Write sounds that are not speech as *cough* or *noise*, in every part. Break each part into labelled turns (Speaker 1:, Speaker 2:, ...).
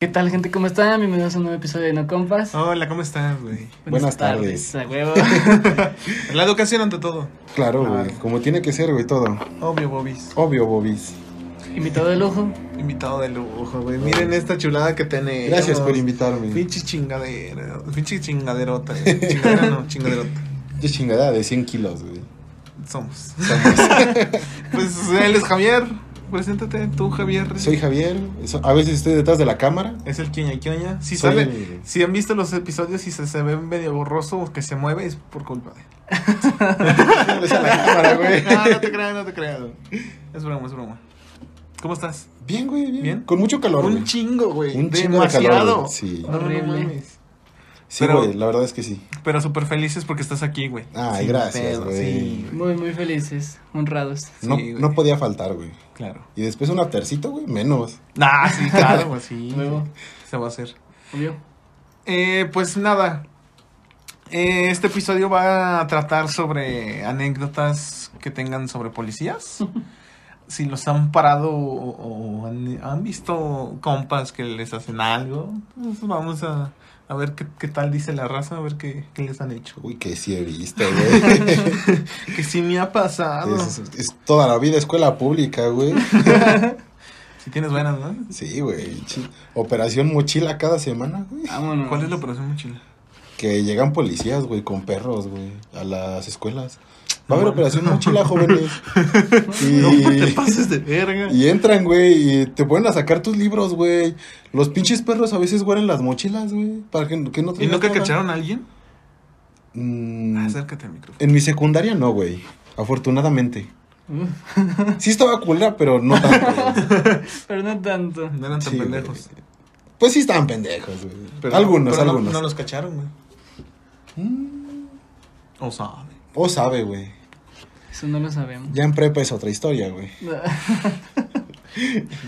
Speaker 1: ¿Qué tal, gente? ¿Cómo están? Bienvenidos a un nuevo episodio de No Compas.
Speaker 2: Hola, ¿cómo estás, güey?
Speaker 3: Ah, Buenas tardes.
Speaker 1: A
Speaker 3: *laughs*
Speaker 1: huevo.
Speaker 2: La educación ante todo.
Speaker 3: Claro,
Speaker 2: Ah.
Speaker 3: güey. Como tiene que ser, güey, todo.
Speaker 2: Obvio, Bobis.
Speaker 3: Obvio, Bobis.
Speaker 1: Invitado de lujo.
Speaker 2: Invitado de lujo, güey. Miren esta chulada que tiene.
Speaker 3: Gracias por invitarme.
Speaker 2: Pinche chingadera. Pinche chingaderota. güey. Chingadera no, chingaderota.
Speaker 3: Qué chingada de 100 kilos, güey.
Speaker 2: Somos. *laughs* pues él es Javier. Preséntate, tú, Javier.
Speaker 3: Soy Javier. so- A veces estoy detrás de la cámara. *laughs*
Speaker 2: Es el quioña quioña. Si
Speaker 3: Soy-
Speaker 2: sale. Si han visto los episodios y se, se ve medio borroso o que se mueve, es por culpa de él.
Speaker 3: Detrás de *laughs* la cámara, güey.
Speaker 2: No, *laughs* no te creas, no te creas. güey. Es broma, es broma. ¿Cómo estás?
Speaker 3: Bien, güey, bien.
Speaker 2: Bien.
Speaker 3: Con mucho calor,
Speaker 2: Un
Speaker 3: güey.
Speaker 2: chingo, güey.
Speaker 3: Un chingo de calor,
Speaker 2: Demasiado.
Speaker 3: güey, sí.
Speaker 2: No, no, no
Speaker 1: Horrible.
Speaker 2: mames.
Speaker 3: Sí,
Speaker 2: pero-
Speaker 3: güey, la verdad es que sí.
Speaker 2: Pero súper felices porque estás aquí, güey.
Speaker 3: Ay,
Speaker 2: Sin
Speaker 3: gracias,
Speaker 2: pedo,
Speaker 3: güey.
Speaker 2: sí,
Speaker 1: Muy, muy felices. Honrados.
Speaker 3: No,
Speaker 2: güey.
Speaker 3: no podía faltar, güey.
Speaker 2: Claro.
Speaker 3: Y después un aftercito, güey, menos.
Speaker 2: Ah, sí, claro, güey, *laughs* sí.
Speaker 1: Luego.
Speaker 2: Se va a hacer.
Speaker 1: Obvio.
Speaker 2: Eh, pues nada. Eh, este episodio va a tratar sobre anécdotas que tengan sobre *laughs* policías. Si los han parado o, o han, han visto compas que les hacen algo. Pues vamos a, a ver qué, qué tal dice la raza, a ver qué, qué les han hecho.
Speaker 3: Uy, que sí he visto, güey.
Speaker 2: Que sí me ha pasado.
Speaker 3: es, es toda la vida escuela pública, güey.
Speaker 2: Si tienes buenas, ¿no?
Speaker 3: Sí, güey. chi- Operación mochila cada semana, güey.
Speaker 1: Vámonos.
Speaker 2: ¿Cuál es la operación mochila?
Speaker 3: Que llegan policías, güey, con perros, güey, a las escuelas. Va a haber
Speaker 2: No,
Speaker 3: operación mochila,
Speaker 2: *laughs*
Speaker 3: jóvenes.
Speaker 2: No te
Speaker 3: Y,
Speaker 2: pases de verga.
Speaker 3: y entran, güey, y te ponen a sacar tus libros, güey. Los pinches perros a veces huelen las mochilas, güey. Para que, que no
Speaker 2: ¿Y
Speaker 3: traigas
Speaker 2: nunca
Speaker 3: nada.
Speaker 2: cacharon Ah, a alguien?
Speaker 3: Mm,
Speaker 2: Acércate al micrófono.
Speaker 3: en mi secundaria no, güey. Afortunadamente.
Speaker 1: Uf,
Speaker 2: Mm.
Speaker 3: Sí estaba culera, pero no tanto.
Speaker 2: *laughs*
Speaker 3: güey.
Speaker 1: pero no tanto.
Speaker 2: No eran tan
Speaker 3: Sí,
Speaker 2: pendejos.
Speaker 3: güey. Pues sí estaban pendejos, güey. algunos,
Speaker 2: pero no-
Speaker 3: algunos.
Speaker 2: No, los cacharon, güey.
Speaker 3: Mm,
Speaker 2: O sabe.
Speaker 3: o sabe, güey.
Speaker 1: Eso no lo sabemos.
Speaker 3: Ya en prepa es otra historia, güey.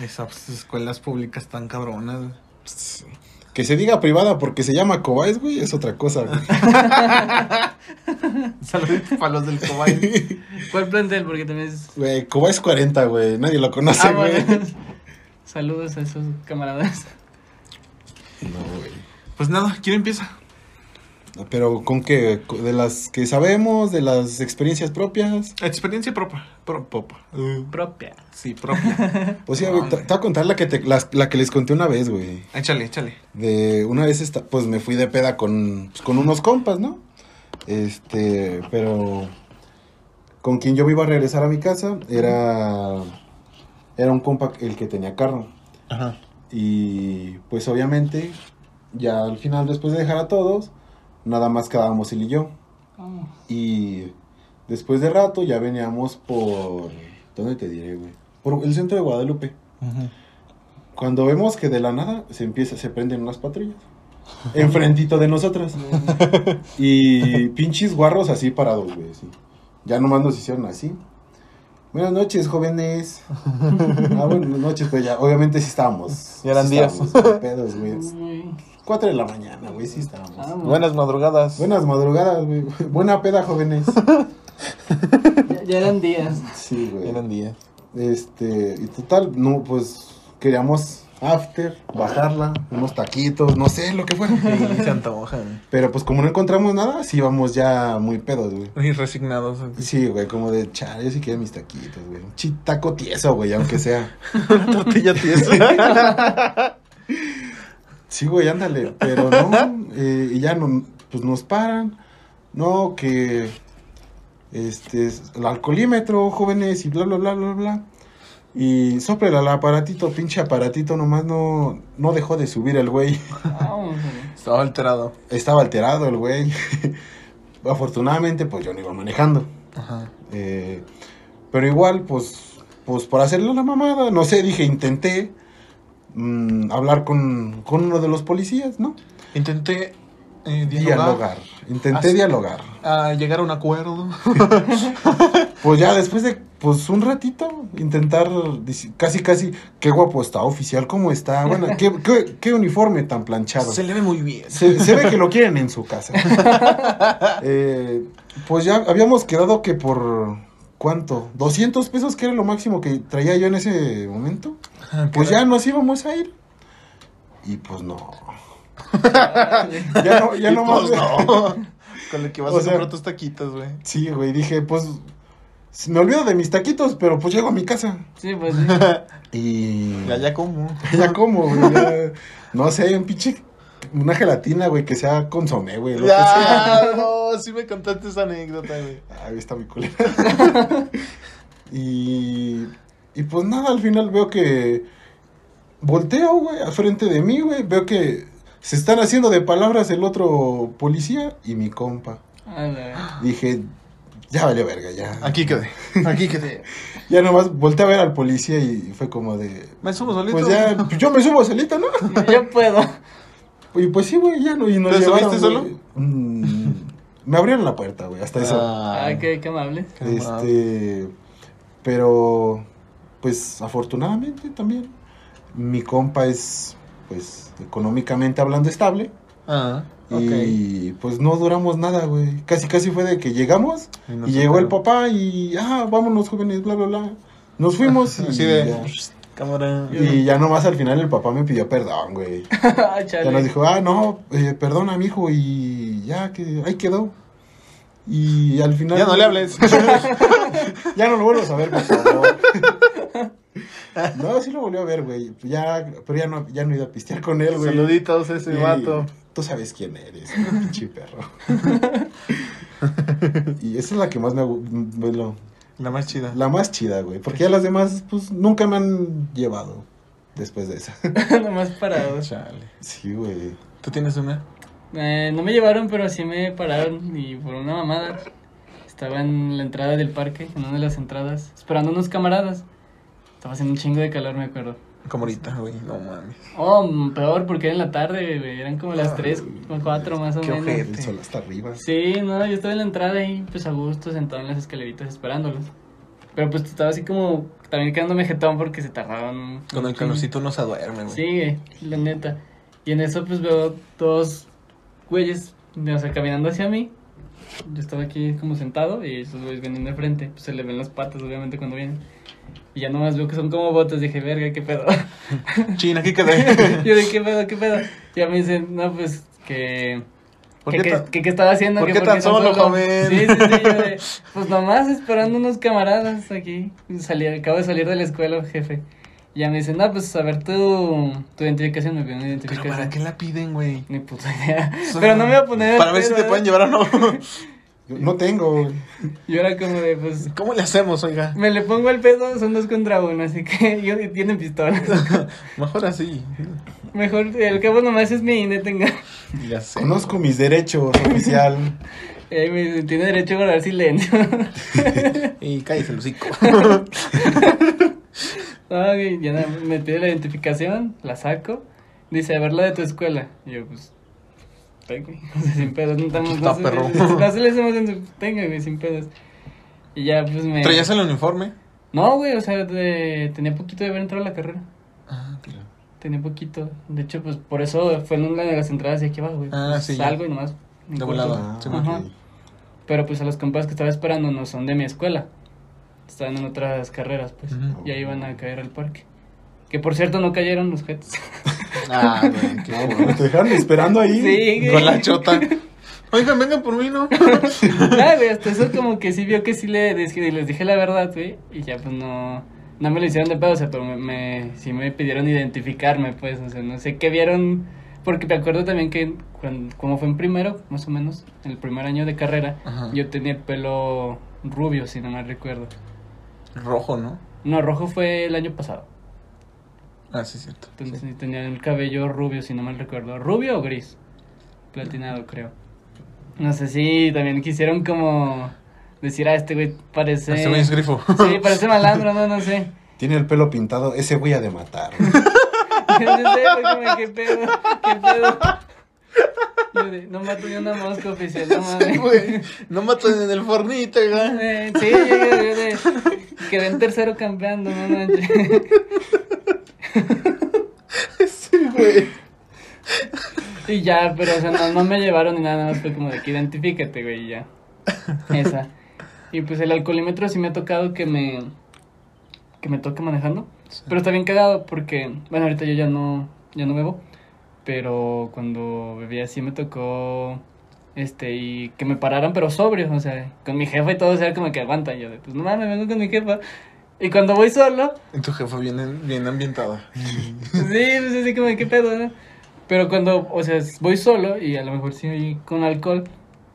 Speaker 2: Esas escuelas públicas tan cabronas. *laughs* güey.
Speaker 3: Que se diga privada porque se llama Cobáis, güey, es otra cosa, güey.
Speaker 2: Saluditos para los del
Speaker 3: *laughs*
Speaker 2: Cobay.
Speaker 1: *laughs* ¿Cuál plantel? Porque también es.
Speaker 3: Güey, Cobáis 40, güey, nadie lo
Speaker 1: Ah,
Speaker 3: conoce, güey.
Speaker 1: Vámonos. *laughs* Saludos a esos camaradas. *laughs*
Speaker 3: No, güey.
Speaker 2: Pues nada, ¿quién empieza?
Speaker 3: Pero con que de las que sabemos, de las experiencias propias.
Speaker 2: Experiencia propia. Pro, popa.
Speaker 3: Uh.
Speaker 1: Propia.
Speaker 3: *laughs*
Speaker 2: Sí, propia.
Speaker 3: O sea, güey, te, te voy Pues a contar la que te, las- la que les conté una vez, güey.
Speaker 2: échale, échale.
Speaker 3: De una vez esta, pues me fui de peda con, pues, con unos compas, ¿no? Este, pero con quien yo me iba a regresar a mi casa era era un compa el que tenía carro.
Speaker 2: Ajá.
Speaker 3: Y pues obviamente, ya al final, después de dejar a todos, nada más quedábamos él y yo. Y después de rato ya veníamos por... ¿Dónde te diré, güey? Por el centro de Guadalupe. Cuando vemos que de la nada se empieza, se prenden unas
Speaker 4: *laughs*
Speaker 3: patrullas. Enfrentito de nosotras. Y pinches guarros así parados, güey. así. Ya nomás nos hicieron así. Buenas noches,
Speaker 4: *laughs*
Speaker 3: jóvenes. Ah, buenas noches, pues ya, obviamente sí estábamos.
Speaker 4: Ya eran
Speaker 3: sí
Speaker 4: días.
Speaker 3: estábamos con pedos, güey.
Speaker 1: Uy,
Speaker 3: Cuatro de la mañana, güey, sí estábamos.
Speaker 1: vamos.
Speaker 4: Buenas madrugadas.
Speaker 3: Buenas madrugadas, güey. *laughs* Buena peda, jóvenes.
Speaker 2: *laughs*
Speaker 1: Ya, ya eran días.
Speaker 3: Sí, güey.
Speaker 4: Eran días.
Speaker 3: Este, y total, no, pues queríamos after, bajarla, unos taquitos, no sé, lo que fuera.
Speaker 2: *laughs* Sí, se antoja, güey.
Speaker 3: Pero pues como no encontramos nada, sí íbamos ya muy pedos, güey.
Speaker 2: Y resignados. güey.
Speaker 3: Sí, güey, como de, chale, yo sí quiero mis taquitos, güey. Un chi- taco tieso, güey, aunque sea.
Speaker 4: Una tortilla *laughs* tiesa.
Speaker 3: Sí, güey, ándale, pero no, eh, y ya no, pues nos paran. No, que, este, es el alcoholímetro, jóvenes, y bla, bla, bla, bla, bla. Y sopla el aparatito, pinche aparatito, nomás no, no dejó de subir el güey. *laughs*
Speaker 1: Vamos, güey.
Speaker 2: Estaba alterado.
Speaker 3: Estaba alterado el güey. *laughs* Afortunadamente, pues yo no iba manejando.
Speaker 2: Ajá.
Speaker 3: Eh, pero igual, pues, pues por hacerle la mamada, no sé, dije, intenté mm, hablar con, con uno de los policías, ¿no?
Speaker 2: Intenté eh, dialogar.
Speaker 3: Dialogar. Intenté
Speaker 2: Así.
Speaker 3: dialogar.
Speaker 4: ah,
Speaker 2: a llegar a un acuerdo.
Speaker 3: Pues ya después de, pues un ratito, intentar, dici- casi, casi, qué guapo está, oficial, cómo está, bueno,
Speaker 2: *laughs*
Speaker 3: qué, qué- qué uniforme tan planchado.
Speaker 2: Se le ve muy bien.
Speaker 3: Se, se ve que lo quieren en
Speaker 2: *laughs*
Speaker 3: su casa. Eh, pues ya habíamos quedado que por... ¿Cuánto? ¿200 pesos que era Ah, Pues lo máximo que traía yo en ese momento? Pues ya nos íbamos a ir. Y pues no. ya no,
Speaker 2: *laughs*
Speaker 3: ya
Speaker 4: Y
Speaker 3: no más.
Speaker 4: pues no. Con lo que vas
Speaker 3: O
Speaker 4: a
Speaker 3: sea-
Speaker 4: comprar tus taquitos, güey.
Speaker 3: Sí, güey, dije, pues me olvido de mis taquitos, pero pues llego a mi casa.
Speaker 1: Sí, pues sí.
Speaker 3: Y
Speaker 4: Ya, ya como.
Speaker 3: Ya como, güey. ya- no sé, un pinche. Una gelatina, güey, que sea consomé, güey. lo que sea.
Speaker 4: Ya, no, sí me contaste esa anécdota, güey.
Speaker 3: Ahí está mi culera. *laughs* y. Y pues nada, al final veo que. Volteo, güey, al frente de mí, güey. Veo que se están haciendo de palabras el otro policía y mi compa.
Speaker 1: A la-
Speaker 3: Dije, ya vale verga, ya.
Speaker 4: Aquí quedé. Aquí quedé.
Speaker 3: Ya nomás volteé a ver al policía y fue como de.
Speaker 4: Me subo solito.
Speaker 3: Pues ya, pues yo me subo solito, ¿no?
Speaker 1: Yo puedo.
Speaker 3: Y pues sí, güey, ya no. Y nos
Speaker 4: ¿Te
Speaker 3: llevaron,
Speaker 4: subiste solo?
Speaker 3: güey. Mm, me abrieron la puerta, güey, hasta eso.
Speaker 1: Ah, qué, qué amable.
Speaker 4: qué
Speaker 3: este. Pero. Pues afortunadamente también. Mi compa es, pues, económicamente hablando estable.
Speaker 4: Ah,
Speaker 3: Y pues no duramos nada, güey. Casi, casi fue de que llegamos y llegó el papá y. Ah, vámonos, jóvenes, bla, bla, bla. Nos
Speaker 4: *laughs*
Speaker 3: fuimos y.
Speaker 4: Así de.
Speaker 3: ya.
Speaker 4: Cámara.
Speaker 3: Y ya nomás al final el papá me pidió perdón, güey.
Speaker 1: *laughs* Ah,
Speaker 3: Ya nos
Speaker 1: Chale.
Speaker 3: dijo, ah, no, eh, perdona, mijo, y ya, que ahí quedó. Y al final...
Speaker 4: *laughs* Ya no le hables.
Speaker 3: ya no lo vuelvas a ver, por
Speaker 4: *laughs*
Speaker 3: favor. no, sí lo volvió a ver, güey. Ya, pero ya no, ya no he ido a pistear con él, güey.
Speaker 4: Saluditos a ese
Speaker 3: Y-
Speaker 4: vato.
Speaker 3: Tú sabes quién eres, *laughs* pinche
Speaker 4: *laughs*
Speaker 3: perro. y esa es la que más me... agu- bueno,
Speaker 4: La más chida.
Speaker 3: la más chida, güey. Porque ya las demás, pues, nunca me han llevado después de esa. *laughs*
Speaker 4: *laughs*
Speaker 1: Nomás parados.
Speaker 4: Chale.
Speaker 3: sí, güey.
Speaker 4: ¿Tú tienes una?
Speaker 1: Eh, no me llevaron, pero sí me pararon y por una mamada. Estaba en la entrada del parque, en una de las entradas, esperando unos camaradas. Estaba haciendo un chingo de calor, me acuerdo.
Speaker 4: Como ahorita, güey. No mames.
Speaker 1: Oh, mm, peor, porque era en la tarde, güey, Eran como las 3 o 4 más o
Speaker 4: Ah, qué
Speaker 1: menos.
Speaker 4: ojete.
Speaker 3: El sol hasta arriba.
Speaker 1: Sí, no, yo estaba en la entrada ahí, pues a gusto, sentado en las escaleritas esperándolos. Pero pues estaba así como también quedándome jetón porque se tardaron. un
Speaker 4: Con el
Speaker 1: chingo.
Speaker 4: calorcito no se duerme, güey.
Speaker 1: Sí, güey, la neta. Y en eso pues veo dos güeyes, o sea, caminando hacia mí. Yo estaba aquí como sentado y esos güeyes vienen de frente. Pues se le ven las patas, obviamente, cuando vienen. Y ya nomás veo que son como botas. Dije, verga, qué pedo.
Speaker 4: China, aquí *laughs* quedé.
Speaker 1: *laughs* Yo de qué pedo, qué pedo. Ya me dicen, no, pues que.
Speaker 4: ¿Por
Speaker 1: que,
Speaker 4: qué
Speaker 1: que,
Speaker 4: tan-
Speaker 1: que- que estaba haciendo?
Speaker 4: por
Speaker 1: que
Speaker 4: qué tan solo, joven?
Speaker 1: Sí, sí, sí. yo
Speaker 4: *laughs*
Speaker 1: de, pues nomás esperando unos camaradas aquí. Salí, acabo de salir de la escuela, jefe. Y ya me dicen, no, pues a ver tu, tu identificación. Me pidieron
Speaker 4: Pero
Speaker 1: identificación.
Speaker 4: ¿para qué la piden, güey?
Speaker 1: Ni puta
Speaker 4: *laughs*
Speaker 1: idea. Pero no me voy a poner. al
Speaker 4: Para ver si
Speaker 1: pedo,
Speaker 4: te
Speaker 1: ¿eh?
Speaker 4: pueden llevar o no.
Speaker 3: Yo no tengo, güey.
Speaker 1: Yo era como de, pues.
Speaker 4: *laughs* ¿Cómo le hacemos, oiga? *laughs*
Speaker 1: Me le pongo el pedo, son dos contra uno, así que *laughs* yo, y tienen
Speaker 4: *laughs*
Speaker 1: pistolas.
Speaker 4: Mejor así.
Speaker 1: Mejor, el cabo nomás es mi INE, tenga.
Speaker 4: Ya sé.
Speaker 3: Conozco
Speaker 1: *laughs*
Speaker 3: mis derechos, oficial.
Speaker 1: Y ahí me dicen, tiene derecho a guardar silencio. *laughs*
Speaker 4: Y cállese el *laughs* hocico.
Speaker 1: No, Ah, güey, ya nada, me pide la identificación, la saco. Dice, a ver la de tu escuela. Y yo, pues, tengo, *laughs* o sea, sin pedos, no estamos.
Speaker 4: Pues Está
Speaker 1: no se-
Speaker 4: perro.
Speaker 1: No se le hacemos en su. Tenga, güey, sin pedos. Y ya, pues me.
Speaker 4: ¿Traías el uniforme?
Speaker 1: No, güey, o sea, de- tenía poquito de haber entrado a la carrera.
Speaker 4: Ah, claro.
Speaker 1: Tenía poquito. De hecho, pues por eso fue en una de las entradas de aquí abajo, güey.
Speaker 4: Ah,
Speaker 1: Pues,
Speaker 4: sí, ya.
Speaker 1: Salgo y nomás.
Speaker 4: De
Speaker 1: corto.
Speaker 4: volada. Sí,
Speaker 1: Ajá. Pero pues a los compas que estaba esperando no son de mi escuela. Estaban en otras carreras, pues.
Speaker 4: Ujú.
Speaker 1: Y ahí iban a caer al parque. Que por cierto no cayeron los jets.
Speaker 4: Ah, güey, qué
Speaker 3: Me
Speaker 4: bueno.
Speaker 3: te dejaron esperando ahí.
Speaker 1: Sí, güey.
Speaker 4: Con la chota. *laughs* Oigan, vengan por mí, ¿no?
Speaker 1: *laughs* Ah, güey, hasta eso como que sí vio que sí le dije, les dije la verdad, güey. Y ya pues no. No me lo hicieron de pedo, o sea, pero me, me- sí me pidieron identificarme, pues. O sea, no sé qué vieron. Porque me acuerdo también que cuando, como fue en primero, más o menos, en el primer año de carrera,
Speaker 4: Ajá.
Speaker 1: yo tenía el pelo rubio, si no mal recuerdo.
Speaker 4: Rojo, ¿no?
Speaker 1: No, rojo fue el año pasado.
Speaker 4: Ah, sí, es cierto.
Speaker 1: Entonces sí tenía el cabello rubio, si no mal recuerdo. ¿Rubio o gris? Platinado, creo. No sé si también quisieron como decir, ah, este güey parece...
Speaker 4: Este güey es grifo.
Speaker 1: Sí, parece malandro, no, no sé. *laughs*
Speaker 3: Tiene el pelo pintado. Ese güey ha de matar.
Speaker 1: No sé, fue como, qué pedo, qué pedo. Yo de, no mato ni una mosca oficial, no mames.
Speaker 4: *laughs* Sí, güey. No matan en el fornito, *laughs* güey.
Speaker 1: Eh, Sí, yo, yo- yo de, quedé en tercero campeando, no manches.
Speaker 4: Sí, güey.
Speaker 1: Y ya, pero o sea, no, no me llevaron ni nada, nada más fue como de que identifícate, güey, y ya. Esa. Y pues el alcoholímetro sí me ha tocado que me que me toque manejando, pero está bien cagado porque bueno, ahorita yo ya no ya no bebo, pero cuando bebía sí me tocó este y que me pararan pero sobrio, o sea, con mi jefa y todo, o sea, como que aguantan yo de, pues no mames, vengo con mi jefa. Y cuando voy
Speaker 4: *laughs*
Speaker 1: solo,
Speaker 4: Y tu jefa bien, bien ambientada.
Speaker 1: sí, pues así como de qué pedo, ¿no? Pero cuando, o sea, voy solo y a lo mejor sí voy con alcohol,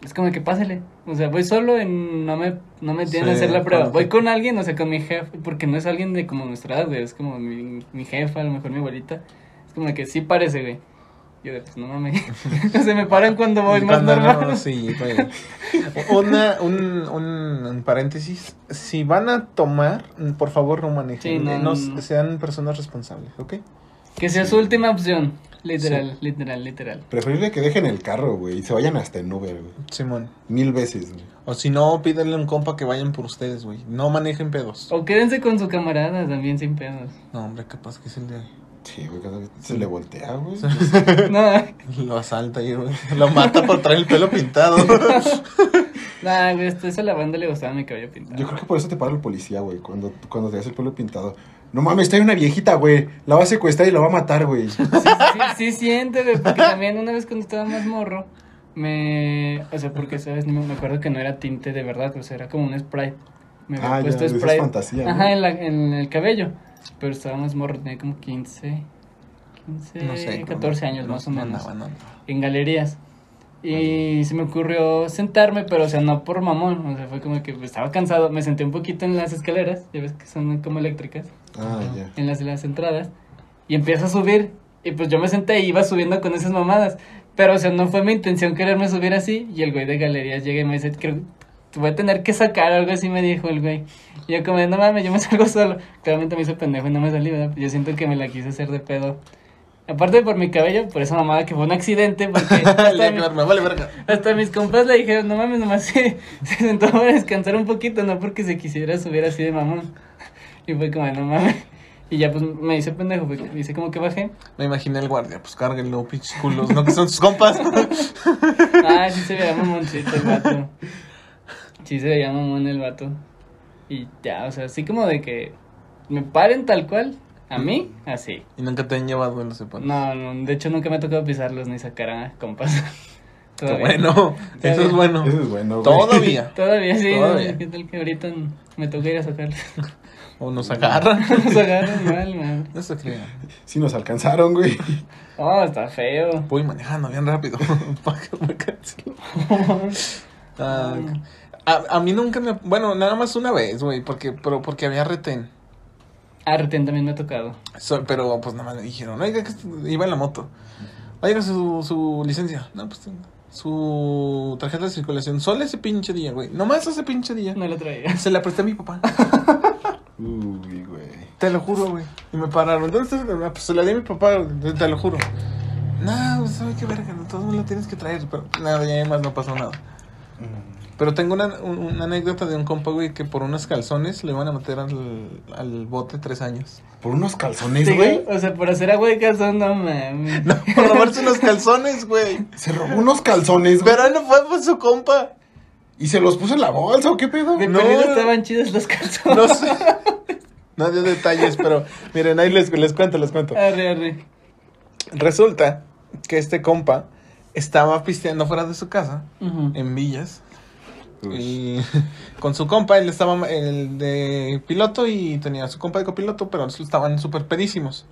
Speaker 1: es como de que pásale. O sea, voy solo en, no me, no me tienen a
Speaker 4: Sí,
Speaker 1: hacer la prueba.
Speaker 4: cuando
Speaker 1: Voy
Speaker 4: te-
Speaker 1: con alguien, o sea, con mi jefe, porque no es alguien de como nuestra edad, güey, es como mi, mi jefa, a lo mejor mi abuelita. Es como de que sí parece, güey. Yo de, pues no mames. *laughs* Se me paran cuando voy más
Speaker 4: Cuando no,
Speaker 1: normal.
Speaker 4: sí, güey. Una, un, un, un paréntesis. Si van a tomar, por favor no manejen.
Speaker 1: Sí, no,
Speaker 4: no,
Speaker 1: no, no.
Speaker 4: sean personas responsables, ¿ok?
Speaker 1: Que sea su última opción. Literal, literal, literal.
Speaker 3: Preferible que dejen el carro, güey, y se vayan hasta en Uber, güey.
Speaker 4: Simón.
Speaker 3: Mil veces, güey.
Speaker 4: O si no, pídanle a un compa que vayan por ustedes, güey. No manejen pedos.
Speaker 1: O quédense con su camarada también sin pedos. *laughs*
Speaker 4: No, hombre, capaz que es el de...
Speaker 3: Sí, güey, cada vez se le voltea, güey.
Speaker 1: No,
Speaker 4: Lo asalta y güey, lo mata por traer el pelo
Speaker 1: *laughs*
Speaker 4: pintado.
Speaker 1: no, güey, hasta esa lavanda le gustaba mi cabello pintado.
Speaker 3: Yo creo que por eso te para el policía, güey, cuando, cuando te hace el pelo pintado. No mames, está ahí una viejita, güey. La va a secuestrar y la va a matar, güey.
Speaker 1: Sí, sí, sí siente, güey, porque también una vez cuando estaba más morro, me... O sea, porque, ¿sabes? No me acuerdo que no era tinte de verdad, o sea, era como un spray. *laughs* Me había
Speaker 3: Ah, ya,
Speaker 1: puesto
Speaker 3: de esas
Speaker 1: spray.
Speaker 3: fantasía, ¿no?
Speaker 1: Ajá, en, la- en el cabello. Pero estaba más morro, tenía como 15, 15,
Speaker 4: No sé.
Speaker 1: 14 años
Speaker 4: no,
Speaker 1: más o
Speaker 4: no
Speaker 1: menos.
Speaker 4: andaba,
Speaker 1: *laughs*
Speaker 4: no andaba.
Speaker 1: en galerías. Y se me ocurrió sentarme, pero o sea, no por mamón, o sea, fue como que pues, estaba cansado, me senté un poquito en las escaleras, ya ves que son como eléctricas,
Speaker 3: Ah, ya.
Speaker 1: en las de las entradas, y empiezo a subir, y pues yo me senté y iba subiendo con esas mamadas, pero o sea, no fue mi intención quererme subir así, y el güey de galerías llega y me dice, creo te voy a tener que sacar o algo así, me dijo el güey. Y yo como, de, no mames, yo me *laughs* salgo solo. Claramente me hizo pendejo y no me salí, ¿verdad? Yo siento que me la quise hacer de pedo. Aparte por mi cabello, por esa mamada que fue un accidente, porque hasta,
Speaker 4: *laughs* Le
Speaker 1: mi-
Speaker 4: agarra, vale, verga.
Speaker 1: hasta mis compas le dijeron, no mames, nomás se, *laughs* se sentó para descansar un poquito, no porque se quisiera subir así de mamón. *laughs* Y fue como, no mames. Y ya pues me hice pendejo, fue que- hice como que bajé.
Speaker 4: Me imaginé al guardia, pues cárguenlo, pinches culos, ¿no? Que son sus compas. *laughs*
Speaker 1: Ah, sí se veía mamoncito el vato. Sí se veía mamón el vato. Y ya, o sea, así como de que me paren tal cual, a mí, así.
Speaker 4: y nunca te han llevado, bueno, sepan.
Speaker 1: No, no, de hecho nunca me ha tocado pisarlos ni sacar a compas. *laughs*
Speaker 4: Qué
Speaker 1: Todavía.
Speaker 4: bueno, eso es bueno.
Speaker 3: Eso es bueno, güey.
Speaker 4: Todavía.
Speaker 1: *laughs* Todavía sí,
Speaker 4: Todavía.
Speaker 1: ¿qué tal que ahorita me toca ir a sacarlos?
Speaker 4: O nos agarran.
Speaker 1: *laughs*
Speaker 4: *laughs*
Speaker 1: Nos agarran mal, mal.
Speaker 4: No se crean.
Speaker 3: Sí nos alcanzaron, güey.
Speaker 1: Oh, está feo.
Speaker 4: Voy manejando bien rápido. *laughs* Pa' que me canse. Ah, a, a mí nunca me. Bueno, nada más una vez, güey, porque, pero porque había retén.
Speaker 1: Ah, retén también me ha tocado.
Speaker 4: So- pero pues nada más me dijeron, oiga, que este, iba en la moto. Oiga, su, su licencia. No, pues su tarjeta de circulación. Solo ese pinche día, güey. Nomás ese pinche día.
Speaker 1: No lo traía.
Speaker 4: Se la presté a mi papá.
Speaker 3: Uy, güey.
Speaker 4: Te lo juro, güey. Y me pararon. ¿Dónde está? Ah, Pues se la di a mi papá, güey, te lo juro. No, pues, sabe qué verga, de todos modos la tienes que traer. Pero nada, ya más no pasó nada. Pero tengo una, un- una anécdota de un compa, güey, que por unos calzones le iban a meter al, al bote tres años. *laughs*
Speaker 3: Por unos calzones,
Speaker 1: Sí,
Speaker 3: güey.
Speaker 1: O sea, por hacer agua de calzón, no mames.
Speaker 4: No, por robarse unos calzones, güey.
Speaker 3: Se robó unos calzones, güey.
Speaker 4: Pero no fue por su compa.
Speaker 3: Y se los puso en la bolsa, ¿o qué pedo?
Speaker 1: De
Speaker 4: No.
Speaker 1: perdido estaban chidos los calzones.
Speaker 4: No sé. *laughs* No dio detalles, pero miren, ahí les, les cuento, les cuento.
Speaker 1: Arre, arre.
Speaker 4: Resulta que este compa estaba pisteando fuera de su casa,
Speaker 1: Ujú.
Speaker 4: en Villas,
Speaker 3: Uy.
Speaker 4: y *laughs* con su compa, él estaba el de piloto y tenía a su compa de copiloto, pero estaban súper pedísimos.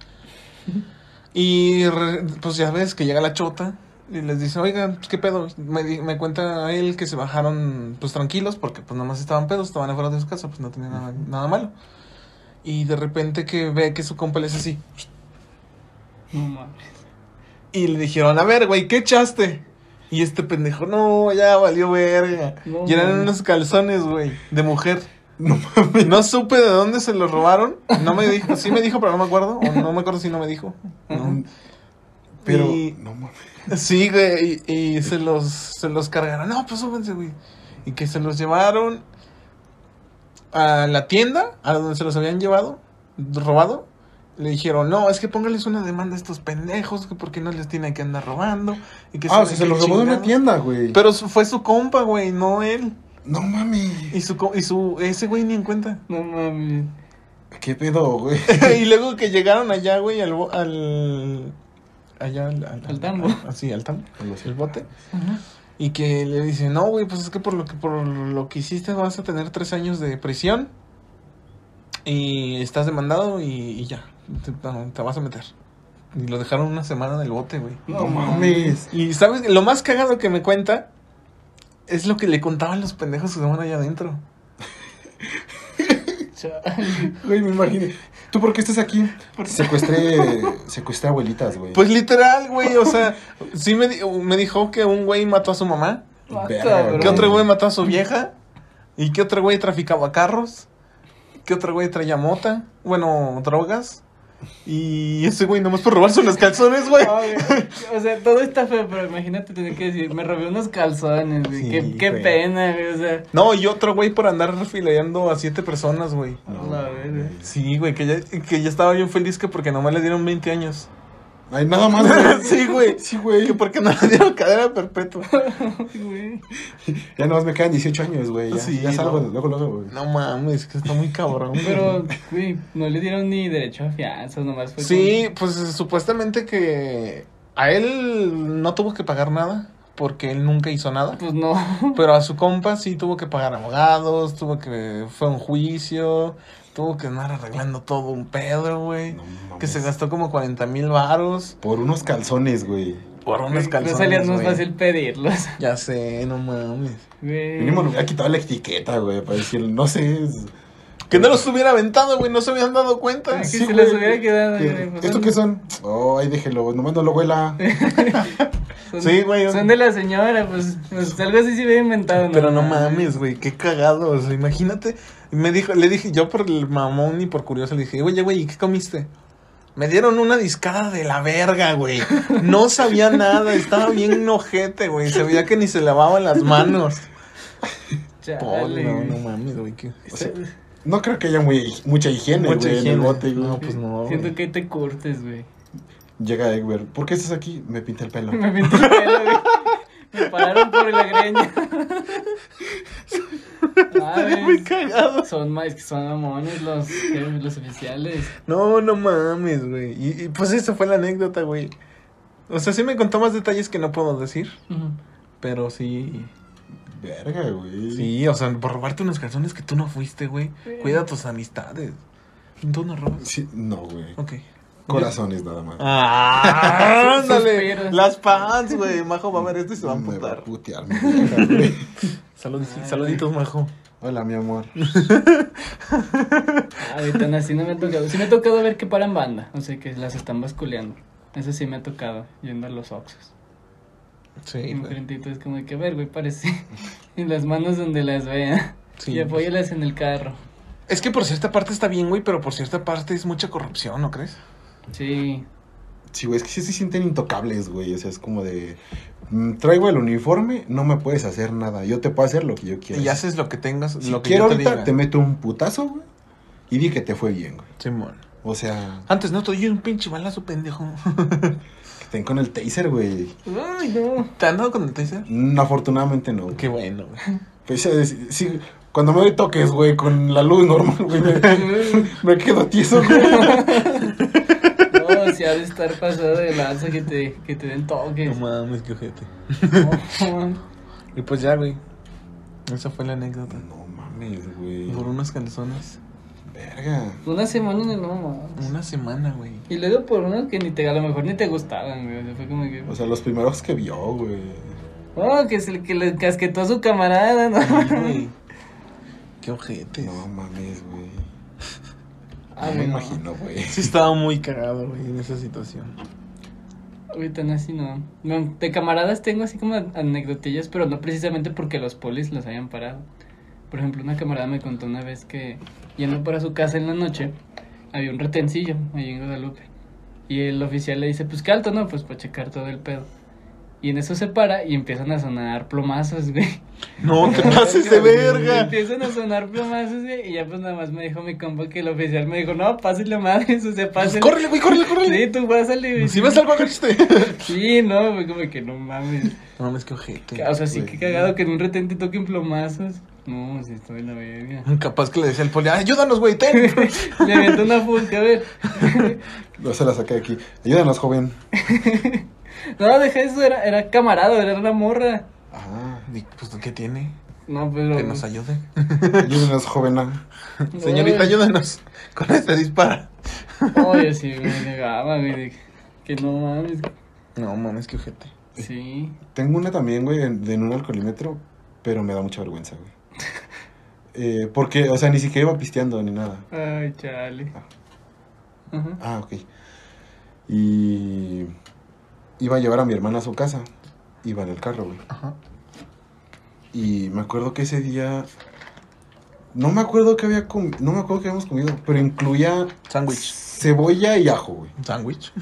Speaker 4: Y re- pues ya ves que llega la chota y les dice, oigan, pues, ¿qué pedo? Me, di- me cuenta él que se bajaron pues tranquilos porque pues nomás estaban pedos, estaban afuera de su casa, pues no tenía nada, nada malo. Y de repente que ve que su compa le es así.
Speaker 1: No mames.
Speaker 4: Y le dijeron, a ver, güey, ¿qué echaste? Y este pendejo, no, ya valió verga.
Speaker 1: No,
Speaker 4: y eran
Speaker 1: mames.
Speaker 4: unos calzones, güey, de mujer.
Speaker 3: No mames.
Speaker 4: *laughs* No supe de dónde se los robaron. No me dijo, sí me dijo, pero no me acuerdo. O no me acuerdo si no me dijo.
Speaker 3: No. Pero,
Speaker 4: Y-
Speaker 3: no mames.
Speaker 4: Sí, güey, y, y se los se los cargaron. No, pues súbanse, güey. Y que se los llevaron a la tienda, a donde se los habían llevado, robado. Le dijeron, no, es que póngales una demanda a estos pendejos, que porque no les tienen que andar robando. Y que
Speaker 3: Ah, o
Speaker 4: sabe
Speaker 3: sea,
Speaker 4: qué
Speaker 3: se los robó de una
Speaker 4: chingados.
Speaker 3: tienda, güey.
Speaker 4: Pero su- fue su compa, güey, no él.
Speaker 3: No mames.
Speaker 4: Y su, co- y su ese güey ni en cuenta.
Speaker 1: No mames.
Speaker 3: ¿Qué pedo, güey?
Speaker 4: *laughs* y luego que llegaron allá, güey, al, bo- al, allá al, al-
Speaker 1: Al tambo.
Speaker 4: al- sí, al tambo. El bote. Y que le dice, no, güey, pues es que por lo que, por lo que hiciste vas a tener tres años de prisión. Y estás demandado y, y ya. Te, no, te vas a meter. Y lo dejaron una semana en el bote, güey.
Speaker 3: No mames.
Speaker 4: Y sabes, lo más cagado que me cuenta es lo que le contaban los pendejos que estaban allá adentro.
Speaker 1: Chale.
Speaker 3: Güey, me imaginé. ¿Tú por qué estás aquí? Secuestré, secuestré abuelitas, güey.
Speaker 4: Pues literal, güey, o sea, sí me, di- me dijo que un güey mató a su mamá,
Speaker 1: Basta,
Speaker 3: Verga,
Speaker 4: que
Speaker 1: bro.
Speaker 4: otro güey mató a su vieja, y que otro güey traficaba carros, que otro güey traía mota, bueno, drogas, y ese güey nomás por robarse los calzones, güey.
Speaker 1: Ay, O sea, todo está feo, pero imagínate tener que decir, me robé unos calzones, güey.
Speaker 3: Sí,
Speaker 1: qué qué
Speaker 3: güey.
Speaker 1: pena, güey. O sea,
Speaker 4: No, y otro güey por andar fileando a siete personas, güey.
Speaker 1: No,
Speaker 4: Sí, güey, que ya, que ya estaba bien feliz que porque nomás le dieron 20 años.
Speaker 3: Ay, nada más,
Speaker 4: *laughs*
Speaker 3: güey.
Speaker 4: sí, güey.
Speaker 3: Sí, güey.
Speaker 4: Que porque no le dieron cadera perpetua.
Speaker 1: güey.
Speaker 3: Ya nada más me quedan 18 años, güey. Ya,
Speaker 4: Sí,
Speaker 3: ya salgo,
Speaker 4: no.
Speaker 3: luego, luego, güey.
Speaker 4: No mames, que está muy cabrón. güey.
Speaker 1: Pero, güey, no le dieron ni derecho a fianza, nomás fue.
Speaker 4: Sí, pues supuestamente que a él no tuvo que pagar nada porque él nunca hizo nada.
Speaker 1: como- Pues no.
Speaker 4: Pero a su compa sí tuvo que pagar abogados, tuvo que fue a un juicio, tuvo que andar arreglando todo un pedo, güey.
Speaker 3: No mames.
Speaker 4: que se gastó como 40 mil varos
Speaker 3: Por unos calzones, güey.
Speaker 4: por unos calzones.
Speaker 1: No salía más
Speaker 4: güey.
Speaker 1: fácil pedirlos.
Speaker 4: Ya sé, no mames.
Speaker 1: Güey.
Speaker 3: Mínimo le hubiera quitado la etiqueta, güey, para decir, no sé. es-
Speaker 4: Que no los hubiera aventado, güey, no se habían dado cuenta.
Speaker 1: Que
Speaker 3: Sí,
Speaker 1: se
Speaker 3: güey.
Speaker 1: les hubiera quedado, güey, pues,
Speaker 3: ¿Esto
Speaker 1: son-
Speaker 3: qué son? Oh, ay, déjelo, nomás no lo
Speaker 1: *laughs*
Speaker 3: huela.
Speaker 1: Son-
Speaker 4: Sí, güey.
Speaker 1: Son de la señora, pues, pues algo así se había inventado,
Speaker 4: Pero no mames, güey, qué cagado. O sea, imagínate. Me dijo, le dije, yo por el mamón y por curioso le dije, oye, güey, ¿y qué comiste? Me dieron una discada de la verga, güey. No sabía nada, estaba bien nojete, güey. Se veía que ni se lavaba las manos.
Speaker 1: Chale,
Speaker 4: Pobre, no,
Speaker 1: güey.
Speaker 4: no mames, güey. qué-
Speaker 3: O sea, no creo que haya muy, mucha higiene,
Speaker 4: Mucha
Speaker 3: güey, en el
Speaker 4: higiene.
Speaker 3: bote, güey.
Speaker 4: No, pues no.
Speaker 1: Siento
Speaker 4: güey.
Speaker 1: que te cortes, güey. *laughs*
Speaker 3: Llega Egbert, ¿por qué estás aquí? Me pinté el pelo.
Speaker 1: Me pinté el pelo, güey. Me pararon por la greña. Ah,
Speaker 4: Estaría
Speaker 1: ves,
Speaker 4: *laughs* muy cagado.
Speaker 1: son más que son mamones los, eh, los oficiales.
Speaker 4: No, no mames, güey. Y, y, pues esa fue la anécdota, güey. O sea, sí me contó más detalles que no puedo decir, pero sí.
Speaker 3: Verga, güey.
Speaker 4: Sí, o sea, por robarte unos calzones que tú no fuiste, güey.
Speaker 1: Sí.
Speaker 4: Cuida tus amistades. Tú no robas.
Speaker 3: Sí, no, güey.
Speaker 4: Ok.
Speaker 3: Corazones nada más.
Speaker 4: Ah, *laughs*
Speaker 1: Suspiros.
Speaker 4: ándale. Las pants, güey. Majo va a ver esto y este se va a
Speaker 3: Me va a
Speaker 4: amputar.
Speaker 3: putear, mi
Speaker 4: *laughs*
Speaker 3: vieja, güey.
Speaker 4: Salud-
Speaker 1: Ay.
Speaker 4: saluditos, Majo.
Speaker 3: Hola, mi amor.
Speaker 1: Ay, tan así no me ha tocado. Sí me ha tocado ver que paran banda. O sea, que las están basculeando. Eso sí me ha tocado, yendo a los oxos.
Speaker 4: Sí, güey.
Speaker 1: Enfrentito es como de que ver, güey, parece. *laughs* En las manos donde las vean.
Speaker 4: Sí,
Speaker 1: y apóyalas en el carro.
Speaker 4: Es que por cierta parte está bien, güey, pero por cierta parte es mucha corrupción, ¿no crees?
Speaker 1: Sí.
Speaker 3: Sí, güey, es que sí se sienten intocables, güey. O sea, es como de. mm, traigo el uniforme, no me puedes hacer nada. Yo te puedo hacer lo que yo quiera.
Speaker 4: Y haces lo que tengas,
Speaker 3: Si
Speaker 4: lo que
Speaker 3: quiero
Speaker 4: yo te
Speaker 3: ahorita,
Speaker 4: diga.
Speaker 3: te meto un putazo, güey. Y di que te fue bien, güey.
Speaker 4: Simón.
Speaker 3: O sea,
Speaker 4: Antes no te di un pinche balazo, pendejo. *laughs*
Speaker 3: que te den con el taser, güey.
Speaker 1: Ay, no.
Speaker 4: ¿Te han dado con el taser?
Speaker 3: Mm, Afortunadamente no. güey.
Speaker 4: Qué bueno, *laughs* güey.
Speaker 3: Pues, eh, sí, sí, cuando me doy toques, güey, con la luz normal, güey, me,
Speaker 4: *laughs*
Speaker 3: me quedo tieso, güey.
Speaker 1: No, si ha de estar pasado de lanza que te, que te den
Speaker 4: No
Speaker 1: toques.
Speaker 4: mames, qué ojete.
Speaker 1: No,
Speaker 4: Y pues ya, güey. Esa fue la anécdota.
Speaker 3: No mames, güey.
Speaker 4: Por unas calzones.
Speaker 3: Verga.
Speaker 1: Una semana en el mamá.
Speaker 4: Una semana, *laughs* güey.
Speaker 1: Y luego por unos que ni te, a lo mejor ni te gustaban, güey. O sea, fue como que.
Speaker 3: O sea, los primeros que vio, güey.
Speaker 1: Oh, que es el que le casquetó a su camarada, ¿no?
Speaker 4: Sí, güey. Qué ojete.
Speaker 3: No mames, güey.
Speaker 1: Ah,
Speaker 3: No me
Speaker 1: bueno.
Speaker 3: imagino, güey.
Speaker 4: Sí estaba muy cagado, güey, en esa situación.
Speaker 1: Ahorita no, así no. No, De camaradas tengo así como anecdotillas, pero no precisamente porque los polis los hayan parado. Por ejemplo, una camarada me contó una vez que yendo para su casa en la noche, había un retencillo ahí en Guadalupe. Y el oficial le dice, pues qué alto, ¿no? Pues para checar todo el pedo. Y en eso se para y empiezan a sonar plomazos, güey.
Speaker 4: *laughs* No te pases de verga.
Speaker 1: Empiezan a sonar plomazos, güey. Y ya pues nada más me dijo mi compa que el oficial me dijo, no, pásenle madre, eso se
Speaker 4: Pues
Speaker 1: pase.
Speaker 4: córrele, güey, córrele,
Speaker 1: Sí,
Speaker 4: córrele.
Speaker 1: tú pásale, güey.
Speaker 4: Si ves algo, agarraste.
Speaker 1: Sí, no, fue como que no mames.
Speaker 4: *laughs* No mames, qué ojete.
Speaker 1: O sea, sí que
Speaker 3: Güey.
Speaker 1: cagado que en un retén te toquen plomazos. No, si estoy en la verga.
Speaker 4: Capaz que le decía el poli, "Ay, ayúdanos, güey, ten. *laughs*
Speaker 1: Le aventó una full, a ver. *laughs*
Speaker 3: No se la saqué aquí. Ayúdanos, joven.
Speaker 1: No, deja eso, era, era camarada, era una morra.
Speaker 3: Ajá.
Speaker 4: Y, pues, ¿qué tiene?
Speaker 1: No, pero.
Speaker 4: Que nos ayude.
Speaker 3: Ayúdanos, jovena.
Speaker 1: Ay.
Speaker 4: Señorita, ayúdanos. Con este dispara.
Speaker 1: Oye, sí, me negaba, güey. de Que no mames.
Speaker 4: No mames, qué ojete.
Speaker 1: Sí.
Speaker 3: Tengo una también, güey, en, en un alcoholímetro, pero me da mucha vergüenza, güey. Eh, porque, o sea, ni siquiera iba pisteando ni nada.
Speaker 1: Ay, chale. Ajá.
Speaker 3: Ah, ok. Y iba a llevar a mi hermana a su casa. Iba en el carro, güey.
Speaker 4: Ajá.
Speaker 3: Y me acuerdo que ese día. No me acuerdo que había comido. No me acuerdo que habíamos comido, pero incluía
Speaker 4: Sándwich.
Speaker 3: cebolla y ajo, güey.
Speaker 4: ¿Un sándwich?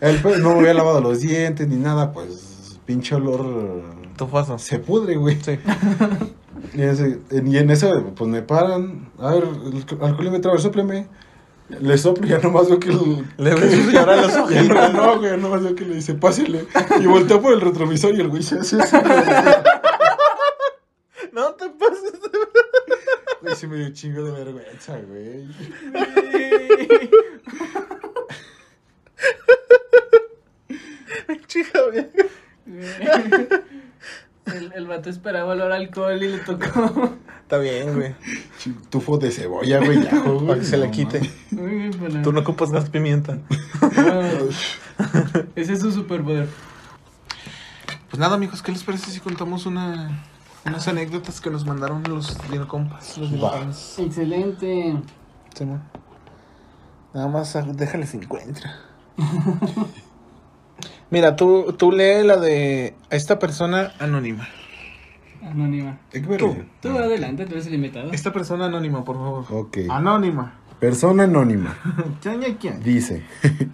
Speaker 3: El pe- no me había lavado los dientes ni nada, pues. Pinche olor.
Speaker 4: Tufazo.
Speaker 3: Se pudre, güey.
Speaker 4: Sí.
Speaker 3: *laughs* Y, ese- y en eso, pues me paran. A ver, el alcoholímetro, a ver, sopleme. Le soplo y ya nomás veo que el,
Speaker 4: Le ves llorar los
Speaker 3: Y *laughs* el
Speaker 4: ojitos.
Speaker 3: güey, no, güey, no más veo que le dice, pásele. Y volteó por el retrovisor y el güey se hace así. güey.
Speaker 4: No te pases. *laughs*
Speaker 3: Güey, se me dio chingo de vergüenza, güey.
Speaker 4: Chica, güey.
Speaker 1: *laughs* El, el vato esperaba olor a alcohol y le tocó. *laughs*
Speaker 4: Está bien, güey.
Speaker 3: Ch- Tufo de cebolla, güey, ya, güey.
Speaker 4: Para que se le
Speaker 3: No,
Speaker 4: quite.
Speaker 3: mames.
Speaker 1: Muy bien, para-
Speaker 4: Tú no ocupas gas pimienta.
Speaker 1: No, Ese es su superpoder.
Speaker 4: Pues nada, amigos, ¿qué les parece si contamos una, unas anécdotas que nos mandaron los dinocompas? Los
Speaker 3: Va.
Speaker 4: dinocompas.
Speaker 1: Excelente.
Speaker 4: Simón. Nada más ah, déjale
Speaker 2: *laughs*
Speaker 4: si encuentra. Mira, tú, tú lee la de esta persona anónima.
Speaker 1: Anónima.
Speaker 3: Qué vergüenza.
Speaker 1: Tú adelante, tú eres el invitado.
Speaker 4: Esta persona anónima, por favor.
Speaker 3: Ok.
Speaker 2: *laughs*
Speaker 4: Anónima.
Speaker 3: Persona anónima.
Speaker 4: ¿Quién y quién?
Speaker 3: Dice,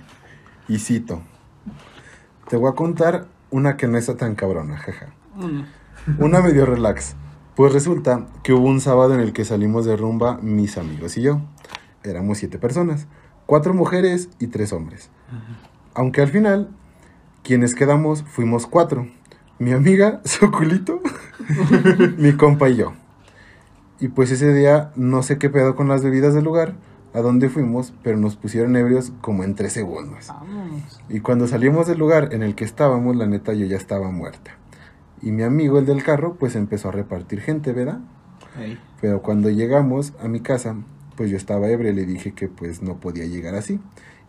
Speaker 3: *laughs* y cito, te voy a contar una que no está tan cabrona, jaja.
Speaker 1: Uno.
Speaker 3: Una medio relax. Pues resulta que hubo un sábado en el que salimos de rumba mis amigos y yo. Éramos siete personas, cuatro mujeres y tres hombres. Aunque al final, quienes quedamos fuimos cuatro. Mi amiga, *laughs* su culito, mi compa y yo. Y pues ese día no sé qué pedo con las bebidas del lugar, a dónde fuimos, pero nos pusieron ebrios como en tres segundos.
Speaker 1: Vamos.
Speaker 3: Y cuando salimos del lugar en el que estábamos, la neta yo ya estaba muerta. Y mi amigo, el del carro, pues empezó a repartir gente, ¿verdad? Pero cuando llegamos a mi casa, pues yo estaba ebrio y le dije que pues no podía llegar así.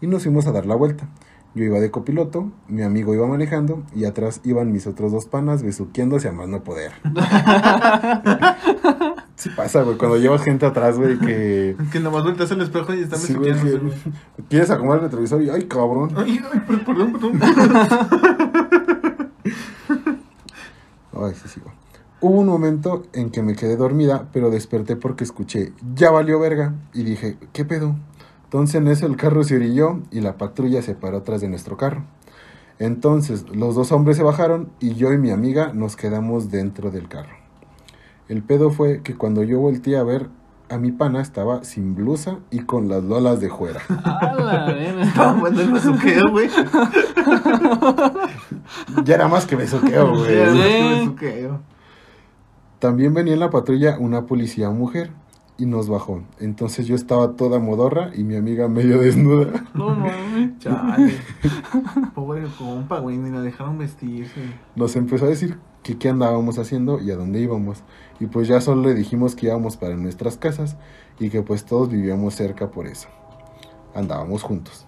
Speaker 3: Y nos fuimos a dar la vuelta. Yo iba de copiloto, mi amigo iba manejando y atrás iban mis otros dos panas besuqueándose a más no poder. sí pasa, güey, cuando llevas gente atrás, güey, que...
Speaker 4: Que nomás volteas el espejo y está
Speaker 3: Sí, güey, que- Quieres acomodar el retrovisor y, ay, cabrón.
Speaker 4: *laughs* Ay, ay, per- perdón, perdón. *laughs*
Speaker 3: Ay, sí, sí, güey. Hubo un momento en que me quedé dormida, pero desperté porque escuché, ya valió verga, y dije, ¿qué pedo? Entonces en eso el carro se orilló y la patrulla se paró atrás de nuestro carro. Entonces los dos hombres se bajaron y yo y mi amiga nos quedamos dentro del carro. El pedo fue que cuando yo volteé a ver, a mi pana estaba sin blusa y con las lolas de fuera.
Speaker 1: A Ah, la verga.
Speaker 4: Estaba bueno pues el besuqueo, güey.
Speaker 3: ya era más que besuqueo, güey.
Speaker 4: Era más que
Speaker 1: Sí.
Speaker 4: besuqueo.
Speaker 3: También venía en la patrulla una policía mujer y nos bajó. Entonces yo estaba toda modorra y mi amiga medio *laughs* desnuda.
Speaker 1: No mames.
Speaker 3: *laughs*
Speaker 4: Chale. Pobre compa, güey, ni la dejaron vestirse.
Speaker 3: Nos empezó a decir que qué andábamos haciendo y a dónde íbamos. Y pues ya solo le dijimos que íbamos para nuestras casas y que pues todos vivíamos cerca por eso. Andábamos juntos.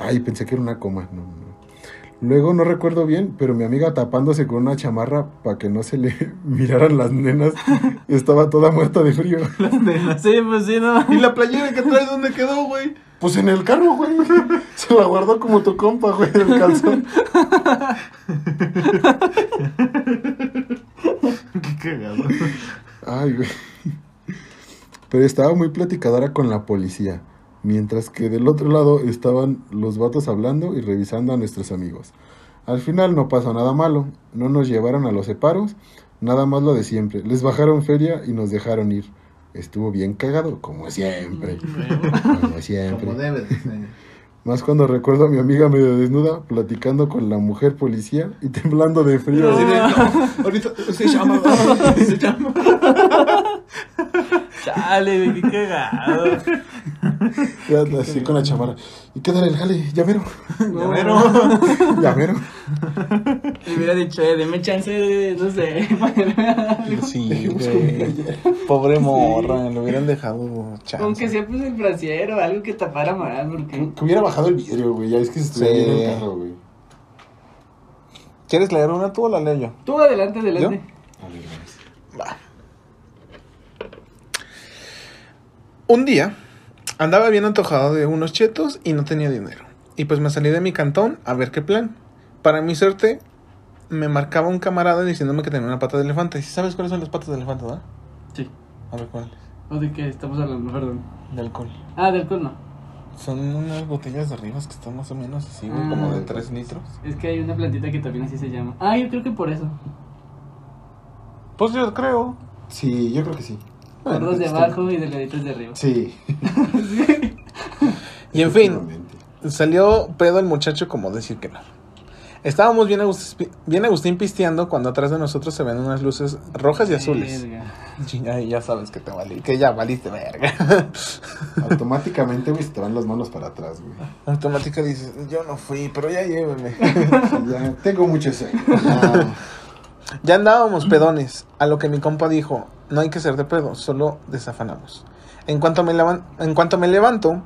Speaker 3: Ay, pensé que era una coma. No, no. Luego no recuerdo bien, pero mi amiga tapándose con una chamarra para que no se le *laughs* miraran las nenas estaba toda muerta de frío.
Speaker 1: *laughs* Sí, pues sí, no.
Speaker 4: ¿Y la playera que traes dónde quedó, güey?
Speaker 3: Pues en el carro, güey. *laughs* Se la guardó como tu compa, güey, el calzón.
Speaker 4: *laughs* Qué cagado.
Speaker 3: Ay, güey. Pero estaba muy platicadora con la policía. Mientras que del otro lado estaban los vatos hablando y revisando a nuestros amigos. Al final no pasó nada malo. No nos llevaron a los separos. Nada más lo de siempre. Les bajaron feria y nos dejaron ir. Estuvo bien cagado, como siempre. Como siempre.
Speaker 4: Como debes. de ser.
Speaker 3: Más cuando recuerdo a mi amiga medio desnuda platicando con la mujer policía y temblando de frío.
Speaker 4: Así de, "No, ahorita se llama, *laughs* se llama.
Speaker 1: Chale, güey, qué cagado.
Speaker 3: Ya, así con la chamarra. Y quédale el jale,
Speaker 4: *laughs*
Speaker 3: llavero,
Speaker 1: No.
Speaker 4: Llavero.
Speaker 3: llavero.
Speaker 1: Le hubiera dicho, eh, deme chance, de, no sé.
Speaker 2: *laughs*
Speaker 4: *laughs*
Speaker 2: Sí, güey. Pobre morra, lo hubieran dejado
Speaker 1: *laughs* Aunque
Speaker 2: chance.
Speaker 1: sea pues el brasier o algo que tapara mal, porque.
Speaker 3: Que hubiera bajado el vidrio, güey. Ya es que se estuviera
Speaker 2: Sí.
Speaker 3: viendo el carro, güey.
Speaker 2: ¿Quieres leer una tú o la leo yo?
Speaker 1: Tú adelante, adelante.
Speaker 3: A ver, vamos.
Speaker 4: Un día andaba bien antojado de unos chetos y no tenía dinero. Y pues me salí de mi cantón a ver qué plan. Para mi suerte, me marcaba un camarada diciéndome que tenía una pata de elefante. ¿Sí sabes cuáles son las patas de elefante, verdad?
Speaker 1: Sí.
Speaker 2: A ver cuál.
Speaker 1: ¿O de qué estamos hablando? Perdón.
Speaker 2: De alcohol.
Speaker 1: Ah, del alcohol no.
Speaker 2: Son unas botellas de arriba que están más o menos así, güey,
Speaker 1: Ah.
Speaker 2: como de 3 litros.
Speaker 1: Es que hay una plantita que también así se llama. Ah, yo creo que por eso.
Speaker 2: Pues yo creo.
Speaker 3: Sí, yo creo que sí.
Speaker 1: Por los de abajo y de deditos de arriba.
Speaker 3: Sí.
Speaker 4: Y en fin,
Speaker 3: Efectivamente.
Speaker 4: Salió pedo el muchacho como decir que no. Estábamos bien, Agus- bien Agustín pisteando cuando atrás de nosotros se ven unas luces rojas
Speaker 2: *laughs*
Speaker 4: y azules.
Speaker 1: Verga.
Speaker 2: Ya, ya sabes que te valí, que ya valiste verga.
Speaker 3: Automáticamente, güey, se te van las manos para atrás,
Speaker 4: *laughs*
Speaker 3: güey.
Speaker 2: Automática dices, yo no fui, pero ya lléveme.
Speaker 3: Sí, ya, tengo mucho sueño. Ya.
Speaker 4: Ya andábamos pedones, a lo que mi compa dijo, no hay que ser de pedo, solo desafanamos. En cuanto me, levan- en cuanto me levanto,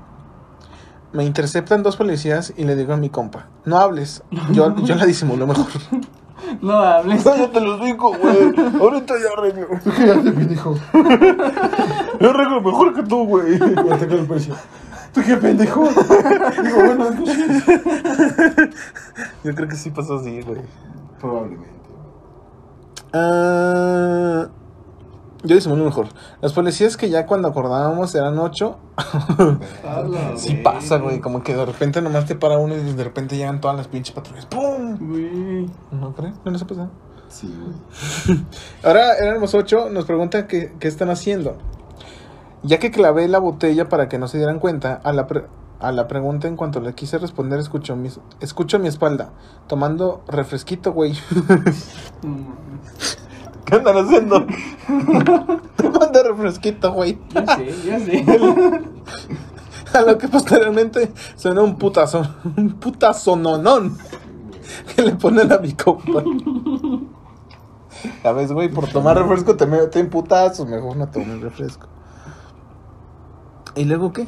Speaker 4: me interceptan dos policías y le digo a mi compa, no hables, yo, yo la disimulo mejor.
Speaker 1: No
Speaker 4: *laughs*
Speaker 1: hables.
Speaker 2: yo te lo digo, güey. Ahorita ya
Speaker 3: *laughs*
Speaker 2: arreglo.
Speaker 3: Tú quédate, *laughs* pendejo.
Speaker 2: Yo arreglo mejor que tú, güey.
Speaker 3: Ya te quedo el precio. Tú qué pendejo. Digo, bueno,
Speaker 2: *laughs* Yo creo que sí pasó así, güey.
Speaker 3: probablemente. güey.
Speaker 4: Ah, yo disimulé mejor. Los policías que ya cuando acordábamos eran ocho.
Speaker 1: Habla,
Speaker 4: Sí pasa, güey. Como que de repente nomás te para uno y de repente llegan todas las pinches patrullas. ¡Pum!
Speaker 1: Güey.
Speaker 4: ¿No crees? No les ha pasado.
Speaker 3: Sí, güey.
Speaker 4: Ahora éramos ocho, nos preguntan qué, qué están haciendo. Ya que clavé la botella para que no se dieran cuenta, a la, pre- a la pregunta en cuanto le quise responder, escucho, mis, escucho mi espalda, tomando refresquito, güey. *laughs*
Speaker 1: No mames.
Speaker 2: ¿Qué andan haciendo?
Speaker 4: *laughs* tomando refresquito, güey. *laughs*
Speaker 1: Yo sé, yo sé.
Speaker 4: A *laughs* lo que posteriormente suena un putazo, *laughs* un putazo nonón *laughs* que le ponen a mi compa.
Speaker 2: Ya ves, güey, por
Speaker 4: Por tomar refresco te, me- te emputazos, mejor no tomes refresco. ¿Y luego qué?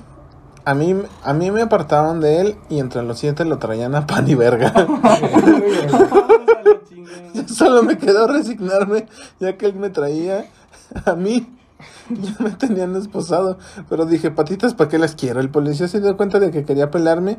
Speaker 4: A mí, a mí me apartaron de él y entre los siete lo traían a pan y *laughs* verga.
Speaker 1: Vamos a la chingada.
Speaker 4: Solo me quedó resignarme, ya que él me traía a mí. *laughs* Ya me tenían esposado, pero dije, patitas, ¿para qué las quiero? El policía se dio cuenta de que quería pelarme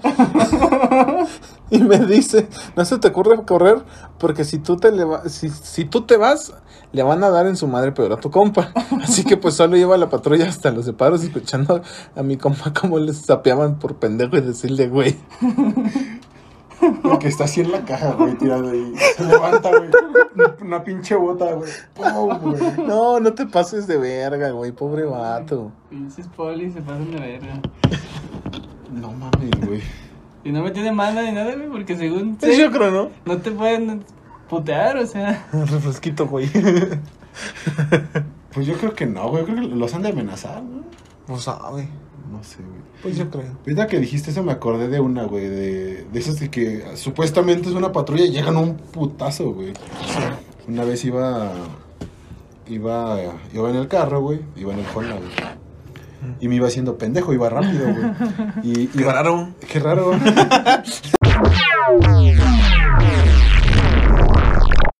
Speaker 4: *laughs* y me dice, no se te ocurre correr, porque si tú te, leva- si, si tú te vas, le van a dar en su madre peor a tu *laughs* compa. Así que pues solo iba a la patrulla hasta los separos, escuchando a mi compa como les sapeaban por pendejo y decirle, *laughs* güey.
Speaker 3: Porque está así en la caja, güey, tirado ahí. Se levanta, güey. Una pinche bota, güey. ¡Pum, güey!
Speaker 4: No, no te pases de verga, güey, pobre vato.
Speaker 1: Pinches polis se pasan de verga.
Speaker 3: No mames, güey.
Speaker 1: Y no me tiene mala ni nada, güey, porque según.
Speaker 4: Sí, yo creo, *laughs* ¿no?
Speaker 1: No te pueden putear, o sea.
Speaker 4: Refresquito, güey.
Speaker 3: Pues yo creo que no, güey. Yo creo que los han de amenazar, ¿no?
Speaker 4: No sabe.
Speaker 3: No sé, güey.
Speaker 4: Pues yo creo.
Speaker 3: Ahorita que dijiste eso me acordé de una, güey, de, de esas de que supuestamente es una patrulla y llegan a un putazo, güey. Una vez iba, iba, iba en el carro, güey, iba en el Honda, güey. Y me iba haciendo pendejo, iba rápido, güey. Y, y
Speaker 4: raro.
Speaker 3: Qué raro.